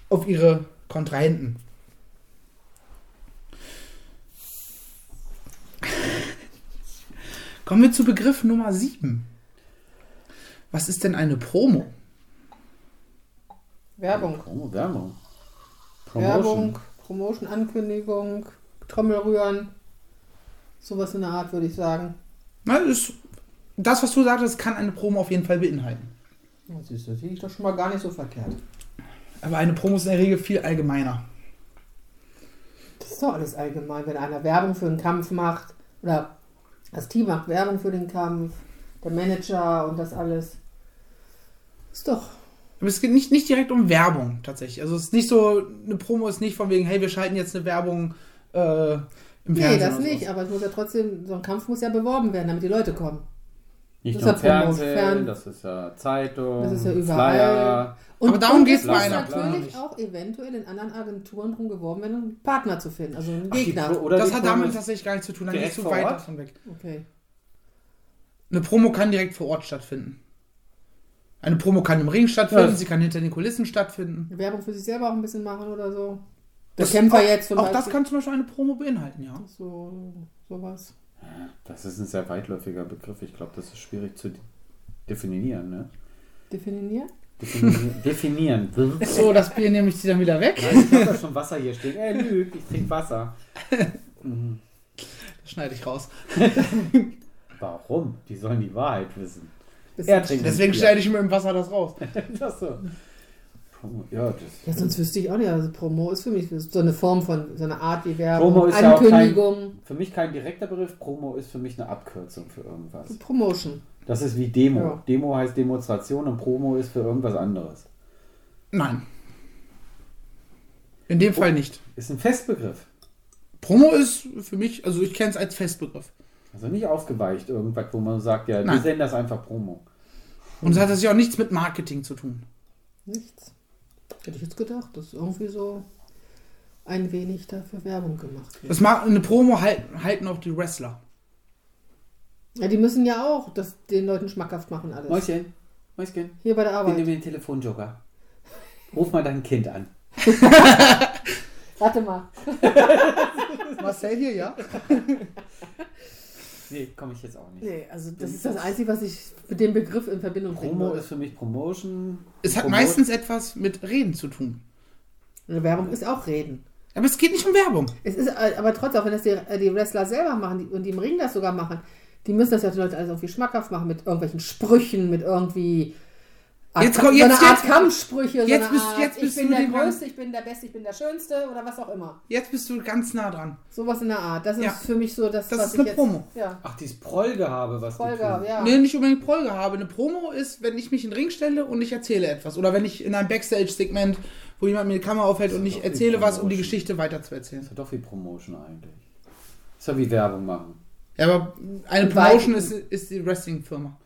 C: auf ihre Kontrahenten. Kommen wir zu Begriff Nummer 7. Was ist denn eine Promo?
D: Werbung.
E: Oh, Werbung.
D: Werbung, Promotion, Ankündigung, Trommel rühren. Sowas in der Art, würde ich sagen.
C: Na, das, das, was du sagtest, kann eine Promo auf jeden Fall beinhalten.
D: Oh, siehst du, sehe ich doch schon mal gar nicht so verkehrt.
C: Aber eine Promo ist in der Regel viel allgemeiner.
D: Das ist doch alles allgemein, wenn einer Werbung für einen Kampf macht oder das Team macht Werbung für den Kampf, der Manager und das alles. Ist doch.
C: Aber es geht nicht, nicht direkt um Werbung tatsächlich. Also es ist nicht so, eine Promo ist nicht von wegen, hey, wir schalten jetzt eine Werbung äh, im Fernsehen.
D: Nee, das
C: oder sowas.
D: nicht, aber es muss ja trotzdem, so ein Kampf muss ja beworben werden, damit die Leute kommen.
E: Nicht
D: Das
E: nur
D: ist ja Promo,
E: Fernsehen,
D: Fern-
E: das ist ja Zeitung,
D: Das ist ja überall.
E: Hm, Flyer.
D: Und,
C: Aber darum
D: und
C: geht's
D: es
C: bei
D: muss
C: einer
E: Plan
D: natürlich
E: nicht.
D: auch eventuell in anderen Agenturen drum geworben werden, um einen Partner zu finden, also einen
E: Ach, die
D: Gegner.
E: Pro- oder
C: Das
E: die
C: hat
E: Promo
C: damit
E: ist-
C: tatsächlich gar nichts zu tun. Dann
E: direkt
C: gehst du
E: vor
C: weit
E: Ort?
C: davon weg.
D: okay.
C: Eine Promo kann direkt vor Ort stattfinden. Eine Promo kann im Ring stattfinden,
E: Ja.
C: sie kann hinter den Kulissen stattfinden.
D: Eine Werbung für sich selber auch ein bisschen machen oder so. Der
C: Das-
D: Kämpfer jetzt zum
C: Auch
D: Beispiel.
C: das kann zum Beispiel eine Promo beinhalten, ja.
D: so, sowas.
E: Das ist ein sehr weitläufiger Begriff. Ich glaube, das ist schwierig zu de- definieren. Ne?
D: Definieren?
E: Defini- definieren. Ich
C: So, das Bier nehme ich sie dann wieder weg.
E: habe da schon Wasser hier stehen. Er lügt, ich trinke Wasser.
C: Das schneide ich raus.
E: Warum? Die sollen die Wahrheit wissen.
D: Das-
E: Er trinkt
C: Deswegen
E: Bier.
C: schneide ich mit dem Wasser das raus.
E: das so. Promo, ja, das.
D: Ja, sonst wüsste ich auch nicht. Also Promo ist für mich so eine Form von, so eine Art wie Werbung.
E: Promo ist ja auch kein,
D: Ankündigung.
E: für mich kein direkter Begriff. Promo ist für mich eine Abkürzung für irgendwas.
D: Promotion.
E: Das ist wie Demo.
D: Ja.
E: Demo heißt Demonstration und Promo ist für irgendwas anderes.
C: Nein. In dem Fall nicht.
E: Ist ein Festbegriff.
C: Promo ist für mich, also ich kenne es als Festbegriff.
E: Also nicht aufgeweicht irgendwas, wo man sagt, ja, wir
C: Nein.
E: sehen das einfach Promo.
C: Und es hat sich auch nichts mit Marketing zu tun.
D: Nichts. Hätte ich jetzt gedacht, dass irgendwie so ein wenig dafür Werbung gemacht wird.
C: Das mag, eine Promo halten, halten auch die Wrestler.
D: Ja, die müssen ja auch das den Leuten schmackhaft machen alles.
E: Mäuschen, Mäuschen,
D: Hier bei der
E: wir nehmen
D: Arbeit.
E: den Telefonjoker. Ruf mal dein Kind an.
D: Warte mal.
C: Marcel hier, ja?
E: Nee, komme ich jetzt auch nicht.
D: Nee, also das ist das Einzige, was ich mit dem Begriff in Verbindung bringen
E: Promo
D: würde.
E: ist für mich Promotion.
C: Es hat
E: Promo-
C: meistens etwas mit Reden zu tun.
D: Eine Werbung ist auch Reden.
C: Aber es geht nicht um Werbung.
D: Es ist äh, aber trotzdem, auch wenn das die, äh, die Wrestler selber machen die, und die im Ring das sogar machen, die müssen das ja den Leuten alles irgendwie schmackhaft machen mit irgendwelchen Sprüchen, mit irgendwie Art,
C: Jetzt komm-
D: so
C: jetzt-
D: eine Art
C: jetzt-
D: Kampfsprüche, so
C: jetzt
D: eine
C: bist-
D: Art,
C: jetzt
D: ich
C: bist
D: bin
C: du
D: der
C: den Mann.
D: Größte, ich bin der Beste, ich bin der Schönste oder was auch immer.
C: Jetzt bist du ganz nah dran.
D: Sowas in der Art. Das ist
C: Ja.
D: für mich so das,
C: Das
D: was
C: ist
D: ich
C: eine
D: jetzt,
C: Promo.
D: Ja,
E: Ach, dieses Prollgehabe, was
D: Folger,
E: die tun.
D: ja.
C: Nee, nicht unbedingt Polge habe. Eine Promo ist, wenn ich mich in den Ring stelle und ich erzähle etwas. Oder wenn ich in einem Backstage-Segment, wo jemand mir die Kamera aufhält und ich
E: doch die
C: erzähle was, um die
E: Promotion.
C: Geschichte weiterzuerzählen.
E: Ist ja doch wie Promotion eigentlich. Ist ja wie Werbung machen.
C: Ja, aber eine
D: Im
C: Promotion
D: Weiten.
C: ist, ist die Wrestling-Firma.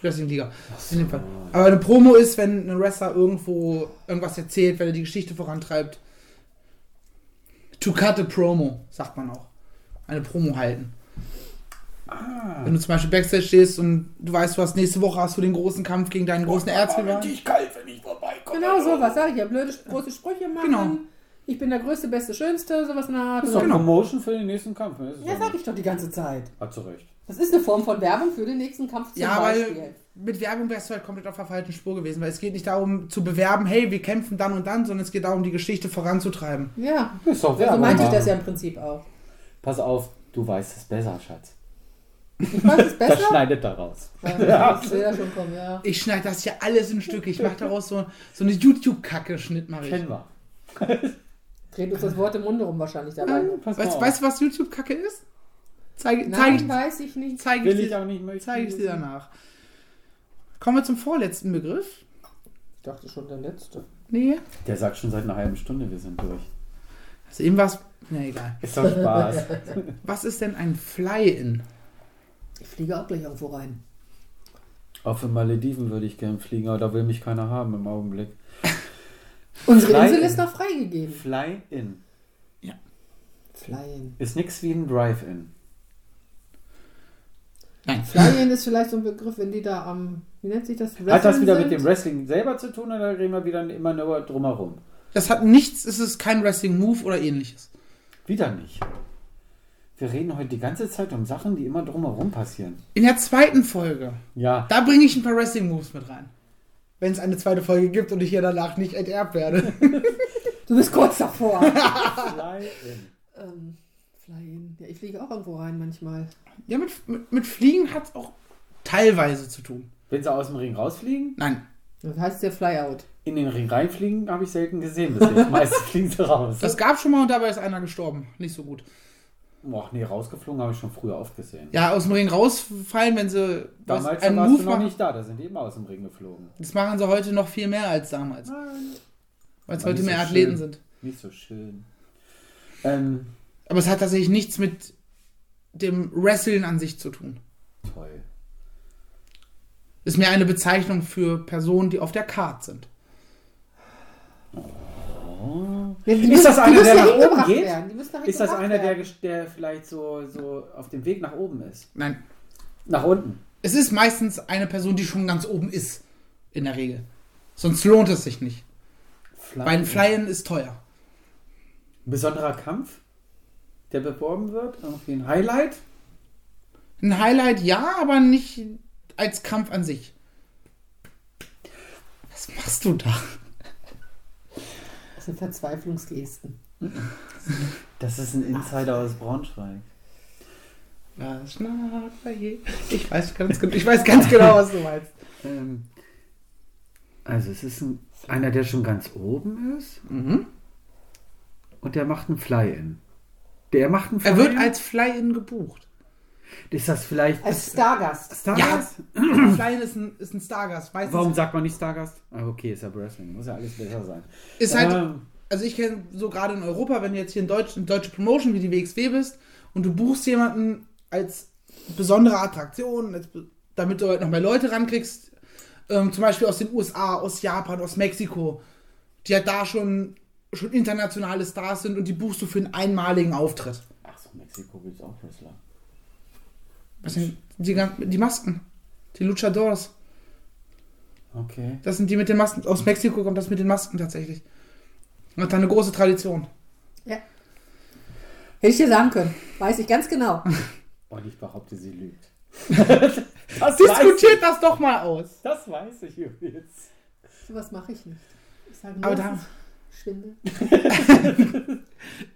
C: Wrestling-Liga. In dem Fall. Aber eine Promo ist, wenn ein Wrestler irgendwo irgendwas erzählt, wenn er die Geschichte vorantreibt. To cut a promo, sagt man auch. Eine Promo halten. Wenn du zum Beispiel Backstage stehst und du weißt, du hast nächste Woche hast du den großen Kampf gegen deinen großen Erzrivalen.
E: kalt, wenn ich vorbeikomme.
D: Genau sowas, sag ich ja. Blöde, große Sprüche machen.
C: Genau.
D: ich bin der Größte, Beste, Schönste, sowas in der Art.
E: Das ist doch
D: Oder-
E: Promotion für den nächsten Kampf. ne? Das ist
D: Ja,
E: doch-
D: sag ich doch die ganze Zeit.
E: Hat zu Recht.
D: Das ist eine Form von Werbung für den nächsten Kampf zum
C: Ja,
D: Beispiel.
C: weil mit Werbung wärst du halt komplett auf der falschen Spur gewesen, weil es geht nicht darum zu bewerben, hey, wir kämpfen dann und dann, sondern es geht darum, die Geschichte voranzutreiben.
D: Ja,
E: Ist doch
D: so
E: Werbung
D: meinte ich
E: machen.
D: das ja im Prinzip auch.
E: Pass auf, du weißt es besser, Schatz.
D: Ich fand es
E: Das
D: besser.
E: schneidet daraus.
D: Ja, Ich will da schon kommen, ja.
C: Ich schneide das hier alles in Stücke. Ich mache daraus so, so eine YouTube-Kacke-Schnitt, mache ich.
E: Kennen wir.
D: Dreht uns das Wort im Munde rum wahrscheinlich dabei.
E: Pass
C: Weißt,
E: auf.
C: weißt du, was YouTube-Kacke ist? Zeige zeig,
D: Nein, weiß ich nicht.
C: zeig ich,
E: Will ich
C: dir-
E: auch nicht möchten.
C: zeig ich dir danach. Kommen wir zum vorletzten Begriff.
D: Ich dachte schon der letzte.
C: Nee.
E: Der sagt schon seit einer halben Stunde, wir sind durch.
C: Also eben was. Na egal.
E: Ist doch Spaß.
C: Was ist denn ein Fly-In?
D: Ich fliege auch gleich irgendwo rein.
E: Auf den Malediven würde ich gern fliegen, aber da will mich keiner haben im Augenblick.
D: Unsere
E: Fly
D: Insel
E: in.
D: ist noch freigegeben.
E: Fly in.
D: Flyen.
E: Ist nix wie ein Drive-In.
C: Nein.
D: Flyen ist vielleicht so ein Begriff, wenn die da am. Wie nennt sich das?
E: Hat das
D: Wrestling
E: wieder
D: sind?
E: mit dem Wrestling selber zu tun oder reden wir wieder immer nur drumherum?
C: Das hat nichts, es ist kein Wrestling-Move oder ähnliches.
E: Wieder nicht. Wir reden heute die ganze Zeit um Sachen, die immer drumherum passieren.
C: In der zweiten Folge,
E: Ja,
C: da bringe ich ein paar Wrestling-Moves mit rein. Wenn es eine zweite Folge gibt und ich hier danach nicht enterbt werde.
D: Du bist kurz davor.
E: Fly-In.
D: ähm, Flyen. Ja, ich fliege auch irgendwo rein manchmal.
C: ja, mit, mit, mit Fliegen hat es auch teilweise zu tun.
E: Wenn sie aus dem Ring rausfliegen,
C: Nein.
D: Das heißt der Flyout.
E: in den Ring reinfliegen, habe ich selten gesehen bis jetzt. Meistens fliegen sie raus.
C: Das gab schon mal und dabei ist einer gestorben. Nicht so gut.
E: Boah, nee, rausgeflogen habe ich schon früher oft gesehen.
C: Ja, aus dem Ring rausfallen, wenn sie was,
E: Damals
C: einen
E: warst du
C: Move
E: noch
C: machen.
E: nicht da, da sind die immer aus dem Ring geflogen.
C: Das machen sie heute noch viel mehr als damals. Weil es
E: War
C: heute
E: nicht so
C: mehr Athleten
E: schön.
C: sind.
E: Nicht so schön. Ähm,
C: Aber es hat tatsächlich nichts mit dem Wrestling an sich zu tun.
E: toll.
C: Ist mehr eine Bezeichnung für Personen, die auf der Card sind.
D: Ja, die
E: Ist
D: müssen-
E: das
D: die
E: einer,
D: müssen
E: der nach
D: hingebracht
E: oben geht?
D: Werden. Die müssen nach
E: Ist das
D: hingebracht
E: einer, der,
D: werden.
E: ges- der vielleicht so, so auf dem Weg nach oben ist?
C: Nein.
E: Nach unten.
C: Es ist meistens eine Person, die schon ganz oben ist. In der Regel. Sonst lohnt es sich nicht.
E: Fly
C: Weil ein Fly-In ist teuer.
E: Besonderer Kampf, der beworben wird? Irgendwie ein Highlight?
C: Ein Highlight ja, aber nicht als Kampf an sich. Was machst du da?
D: Das sind Verzweiflungsgesten.
E: Das ist ein Insider aus Braunschweig.
C: Was schnarrt bei je- Ich weiß ganz, gen- ich weiß ganz genau, was du meinst.
E: Ähm, also es ist ein, einer, der schon ganz oben ist und der macht einen Fly-In. Der macht einen
C: Er wird
E: Fly-In.
C: als Fly-In gebucht.
E: Ist das vielleicht
D: Als Stargast.
E: Stargast?
C: Fly-In ist ein, ist ein Stargast. Meistens
E: Warum sagt man nicht Stargast? Ah, okay, ist ja Wrestling. Muss ja alles besser sein.
C: ist halt,
E: Ähm,
C: also ich kenne so gerade in Europa, wenn du jetzt hier in Deutsch, in deutsche Promotion wie die WXW bist und du buchst jemanden als besondere Attraktion, als, be- damit du halt noch mehr Leute rankriegst, ähm, zum Beispiel aus den USA, aus Japan, aus Mexiko, die halt da schon, schon internationale Stars sind und die buchst du für einen einmaligen Auftritt.
E: ach so, Mexiko gibt es auch Wrestler.
C: Was sind die, gan- die Masken, die Luchadors,
E: Okay.
C: das sind die mit den Masken, aus Mexiko kommt das mit den Masken tatsächlich. Hat da eine große Tradition.
D: Hätte ich dir sagen können. Weiß ich ganz genau.
E: Und ich behaupte, sie lügt.
C: Das Diskutiert das doch mal aus.
E: Das weiß ich übrigens.
D: Sowas mache ich nicht. Ich sage
C: Aber
D: nur,
C: da-
D: dass ich schwinde.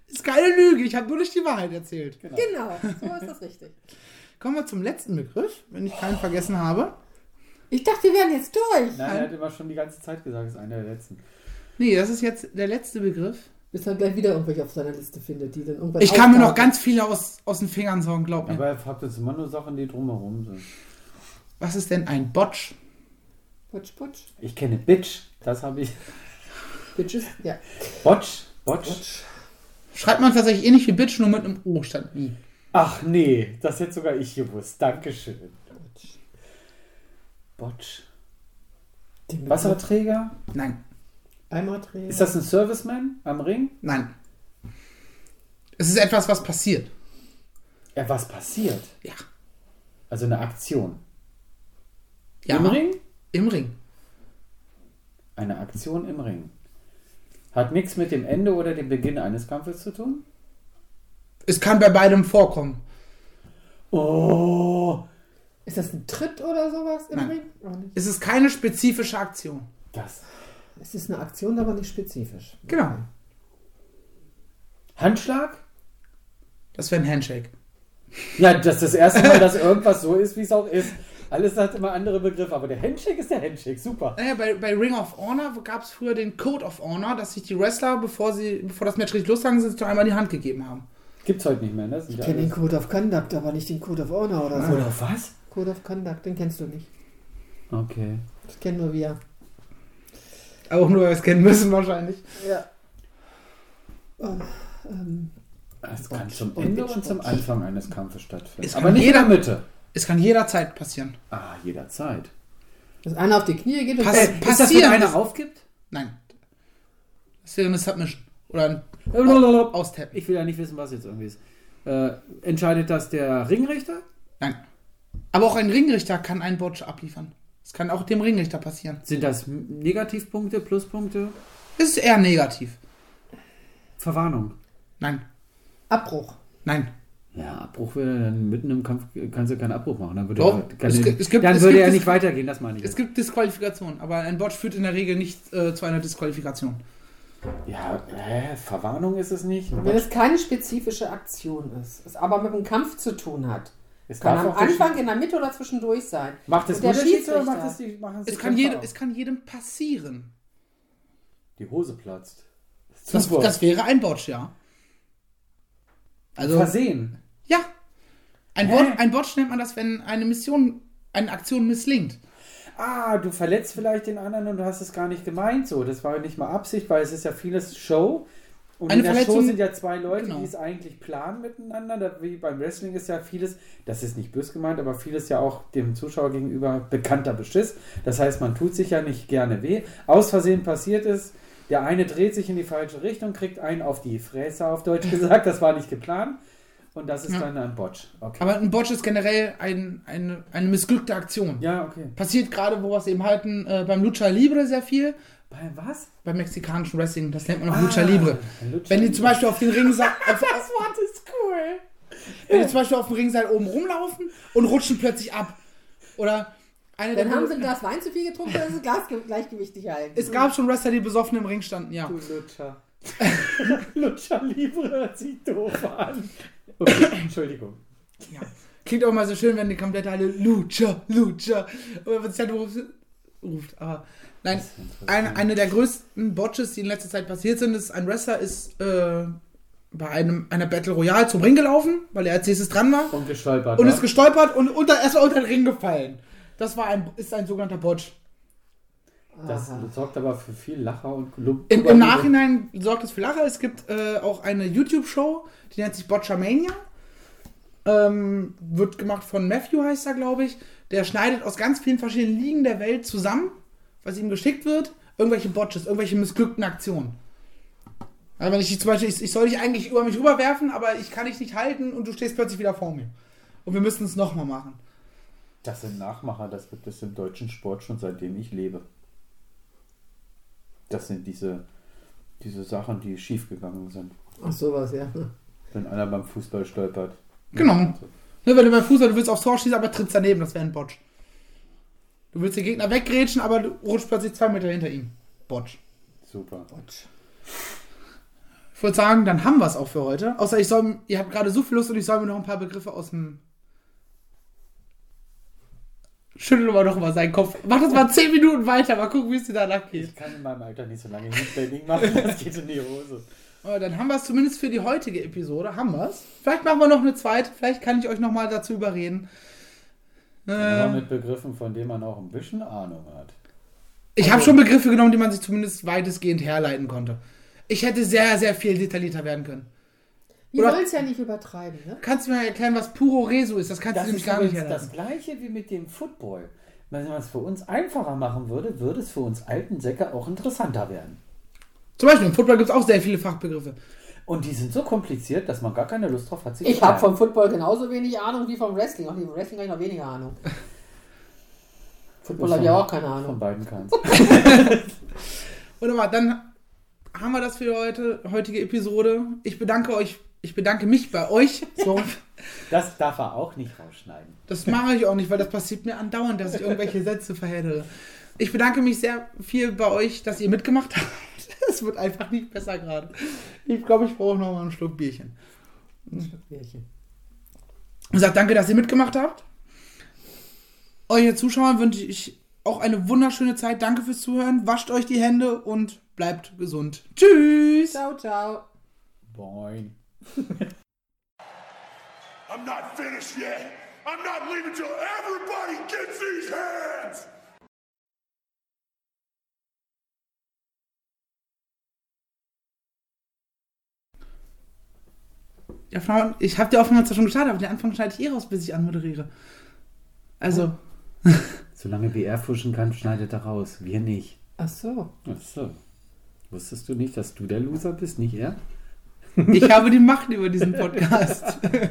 C: Ist keine Lüge, ich habe nur nicht die Wahrheit erzählt.
D: Genau, so ist das richtig.
C: Kommen wir zum letzten Begriff, wenn ich keinen vergessen habe.
D: Ich dachte, wir wären jetzt durch.
E: Nein, er hat immer schon die ganze Zeit gesagt, ist einer der letzten.
C: Nee, das ist jetzt der letzte Begriff.
D: Bis dann gleich wieder irgendwelche auf seiner Liste findet, die dann irgendwann.
C: Ich kann mir noch
D: auftauchen.
C: ganz viele aus, aus den Fingern sorgen, glaub mir.
E: Aber er fragt uns immer nur Sachen, die drumherum sind.
C: Was ist denn ein Botsch?
D: Putsch, putsch.
E: Ich kenne Bitch. Das habe ich.
D: Bitches. Ja.
E: Botch. Botch.
D: Putsch.
C: Schreibt man tatsächlich ähnlich wie Bitch, nur mit einem O statt I.
E: Ach nee, das hätte sogar ich gewusst. Dankeschön.
D: Putsch.
E: Botch.
D: Den Begriff
E: Wasserträger?
C: Nein,
D: Einmal drehen.
E: Ist das ein Serviceman am Ring?
C: nein. Es ist etwas, was passiert.
E: Ja, was passiert?
C: Ja.
E: Also eine Aktion.
C: ja.
E: Im Ring?
C: Im Ring.
E: Eine Aktion im Ring. Hat nichts mit dem Ende oder dem Beginn eines Kampfes zu tun?
C: Es kann bei beidem vorkommen.
E: Oh,
D: Ist das ein Tritt oder sowas im
C: Nein.
D: Ring? Auch nicht.
C: Es ist keine spezifische Aktion.
E: das.
D: Es ist eine Aktion, aber nicht spezifisch.
C: Genau.
E: Handschlag?
C: Das wäre ein Handshake.
E: Ja, das ist das erste Mal, dass irgendwas so ist, wie es auch ist. Alles hat immer andere Begriffe, aber der Handshake ist der Handshake. Super.
C: Naja, bei, bei Ring of Honor gab es früher den Code of Honor, dass sich die Wrestler, bevor sie, bevor das Match richtig losgegangen sind, sich doch einmal die Hand gegeben haben.
E: Gibt's heute nicht mehr, ne?
D: Ich kenne den Code of Conduct, aber nicht den Code of Honor oder so.
E: Oder was?
D: Code of Conduct, den kennst du nicht.
E: Okay.
D: Ich kenne nur wir.
C: Aber auch nur, weil wir es kennen müssen wahrscheinlich.
D: Ja. ähm,
E: Es kann zum Ende und zum Anfang eines Kampfes stattfinden.
C: Es kann
E: aber nicht in der
C: jeder-
E: Mitte.
C: Es kann jederzeit passieren.
E: Ah, jederzeit.
D: dass einer auf die Knie geht und
C: Pass-
D: Äh,
E: Ist das, wenn
C: Passieren ist-
E: einer aufgibt?
C: Nein. Das wäre eine Submission. Oder ein
E: Blablabla.
C: Austappen.
E: Ich will ja nicht wissen, was jetzt irgendwie ist. Äh, entscheidet das der Ringrichter?
C: Nein. Aber auch ein Ringrichter kann einen Botch abliefern. Das kann auch dem Ringrichter passieren.
E: Sind das M- Negativpunkte, Pluspunkte?
C: Es ist eher negativ.
E: Verwarnung.
C: Nein.
D: Abbruch.
C: Nein.
E: Ja, Abbruch wäre dann mitten im Kampf, äh, kannst du keinen Abbruch machen. Dann würde,
C: Doch,
E: er, kann
C: es
E: er-
C: gibt- es gibt-
E: dann
C: es
E: würde
C: gibt-
E: er
C: es-
E: nicht weitergehen, das meine ich.
C: Es
E: jetzt.
C: gibt Disqualifikation, aber ein Botch führt in der Regel nicht äh, zu einer Disqualifikation.
E: Ja, hä, Verwarnung ist es nicht.
D: Wenn es keine spezifische Aktion ist, es aber mit dem Kampf zu tun hat,
E: Es
D: kann
E: darf
D: am
E: auch der
D: Anfang, in der Mitte oder zwischendurch sein.
E: Macht es
D: Und der
E: Unterschied oder
D: Schiedsrichter.
E: macht es die, machen es
C: Es
E: die
C: kann,
E: Kämpfer
C: jede,
E: auch?
C: es kann jedem passieren.
E: Die Hose platzt.
C: Das,
E: Super.
C: das wäre ein Botch, ja. Also,
E: Versehen.
C: ja. Ein, Bot, ein Botch nennt man das, wenn eine Mission, eine Aktion misslingt.
E: Ah, du verletzt vielleicht den anderen und du hast es gar nicht gemeint. So, das war nicht mal Absicht, weil es ist ja vieles Show. Und
C: Eine
E: in der Show
C: Verletzung-
E: sind ja zwei Leute,
C: Genau.
E: die es eigentlich planen miteinander. Da, wie beim Wrestling ist ja vieles, das ist nicht bös gemeint, aber vieles ja auch dem Zuschauer gegenüber bekannter Beschiss. Das heißt, man tut sich ja nicht gerne weh. Aus Versehen passiert es, der eine dreht sich in die falsche Richtung, kriegt einen auf die Fräse, auf Deutsch gesagt. Das war nicht geplant. Und das ist dann ein Botch. Okay.
C: Aber ein Botch ist generell ein, eine, eine missglückte Aktion.
E: Ja, okay.
C: Passiert gerade, wo wir es eben halten, äh, beim Lucha Libre sehr viel.
E: Bei was?
C: Beim mexikanischen Wrestling, das nennt man auch
E: Ah,
C: Lucha Libre.
E: Lucha
C: Wenn die
E: Libre.
C: zum Beispiel auf den Ring sa- auf,
D: Das Wort ist cool.
C: wenn die zum Beispiel auf dem Ringseil oben rumlaufen und rutschen plötzlich ab. Oder eine
D: Dann
C: der
D: haben sie ein Glas Wein zu viel getrunken, dann ist das Glas ge- gleichgewichtig halten.
C: Es gab schon Wrestler, die besoffen im Ring standen, ja.
E: Du Lutscher. Lutscher Libre hört sich doof an. Okay, Entschuldigung.
C: ja. Klingt auch mal so schön, wenn die komplette Halle Lucha, Lucha, oder was halt ruft. ruft. Aber nein, eine, eine der größten Botches, die in letzter Zeit passiert sind, ist, ein Wrestler ist äh, bei einem, einer Battle Royale zum Ring gelaufen, weil er als nächstes dran war.
E: Und gestolpert.
C: und
E: ne?
C: ist gestolpert und unter, erstmal unter den Ring gefallen. Das war ein, ist ein sogenannter Botch.
E: das sorgt aber für viel Lacher und Lump
C: Im, Im Nachhinein sorgt es für Lacher. Es gibt äh, auch eine YouTube-Show, die nennt sich Botchamania. Ähm, wird gemacht von Matthew, heißt er, glaube ich. Der schneidet aus ganz vielen verschiedenen Ligen der Welt zusammen, was ihm geschickt wird, irgendwelche Botches, irgendwelche missglückten Aktionen. Also wenn ich dich zum Beispiel, ich, ich soll dich eigentlich über mich rüberwerfen, aber ich kann dich nicht halten und du stehst plötzlich wieder vor mir. Und wir müssen es nochmal machen.
E: Das sind Nachmacher, das gibt es im deutschen Sport schon seitdem ich lebe. Das sind diese, diese Sachen, die schiefgegangen sind.
D: Ach, sowas, ja.
E: Wenn einer beim Fußball stolpert.
C: Genau. Ne, wenn du beim Fußball, du willst aufs Tor schießen, aber trittst daneben, das wäre ein Botsch. Du willst den Gegner weggrätschen, aber du rutschst plötzlich zwei Meter hinter ihm. Botsch.
E: Super.
C: Ich würde sagen, dann haben wir es auch für heute. Außer ich soll, ihr habt gerade so viel Lust und ich soll mir noch ein paar Begriffe aus dem. Schüttel mal noch mal seinen Kopf. Mach das mal 10 Minuten weiter, mal gucken, wie es dir danach geht.
E: Ich kann in meinem Alter nicht so lange Hitbanging machen, das geht in die Hose.
C: Aber dann haben wir es zumindest für die heutige Episode. Haben wir es? Vielleicht machen wir noch eine zweite. Vielleicht kann ich euch noch mal dazu überreden.
E: Aber mit Begriffen, von denen man auch ein bisschen Ahnung hat.
C: Ich
E: Also-
C: habe schon Begriffe genommen, die man sich zumindest weitestgehend herleiten konnte. Ich hätte sehr, sehr viel detaillierter werden können.
D: Wir
C: Oder-
D: wollen es ja nicht übertreiben, ne?
C: Kannst du mir erklären, was Puro Resu ist? Das kannst
E: Das
C: du nämlich
E: ist
C: gar nicht
E: übrigens das
C: herleiten.
E: gleiche wie mit dem Football. Wenn man es für uns einfacher machen würde, würde es für uns alten Säcke auch interessanter werden.
C: Zum Beispiel im Football gibt es auch sehr viele Fachbegriffe.
E: Und die sind so kompliziert, dass man gar keine Lust drauf hat, sie
D: Ich
E: zu
D: habe
E: lernen.
D: vom Football genauso wenig Ahnung wie vom Wrestling. Auch vom Wrestling habe ich noch weniger Ahnung. Football habe ich auch keine Ahnung.
E: von beiden keins.
C: Wunderbar, dann haben wir das für die heute, heutige Episode. Ich bedanke euch, ich bedanke mich bei euch. So,
E: Das darf er auch nicht rausschneiden.
C: das mache ich auch nicht, weil das passiert mir andauernd, dass ich irgendwelche Sätze verheddere. Ich bedanke mich sehr viel bei euch, dass ihr mitgemacht habt. Es wird einfach nicht besser gerade. Ich glaube, ich brauche noch mal einen Schluck Bierchen.
D: Bierchen.
C: Und sagt danke, dass ihr mitgemacht habt. Euch ihr Zuschauern wünsche ich auch eine wunderschöne Zeit. Danke fürs Zuhören. Wascht euch die Hände und bleibt gesund. Tschüss.
D: Ciao, ciao.
E: Boing.
B: I'm not finished yet. I'm not leaving till everybody gets these hands.
C: Ja, Frauen, ich habe die Aufnahme zwar schon gestartet, aber den Anfang schneide ich eh raus, bis ich anmoderiere.
D: Oh.
C: Also,
E: Solange wie er fuschen kann, schneidet er raus. Wir nicht.
D: Ach so.
E: Ach so. Wusstest du nicht, dass du der Loser bist, nicht er?
C: ich habe die Macht über diesen Podcast.
D: Okay.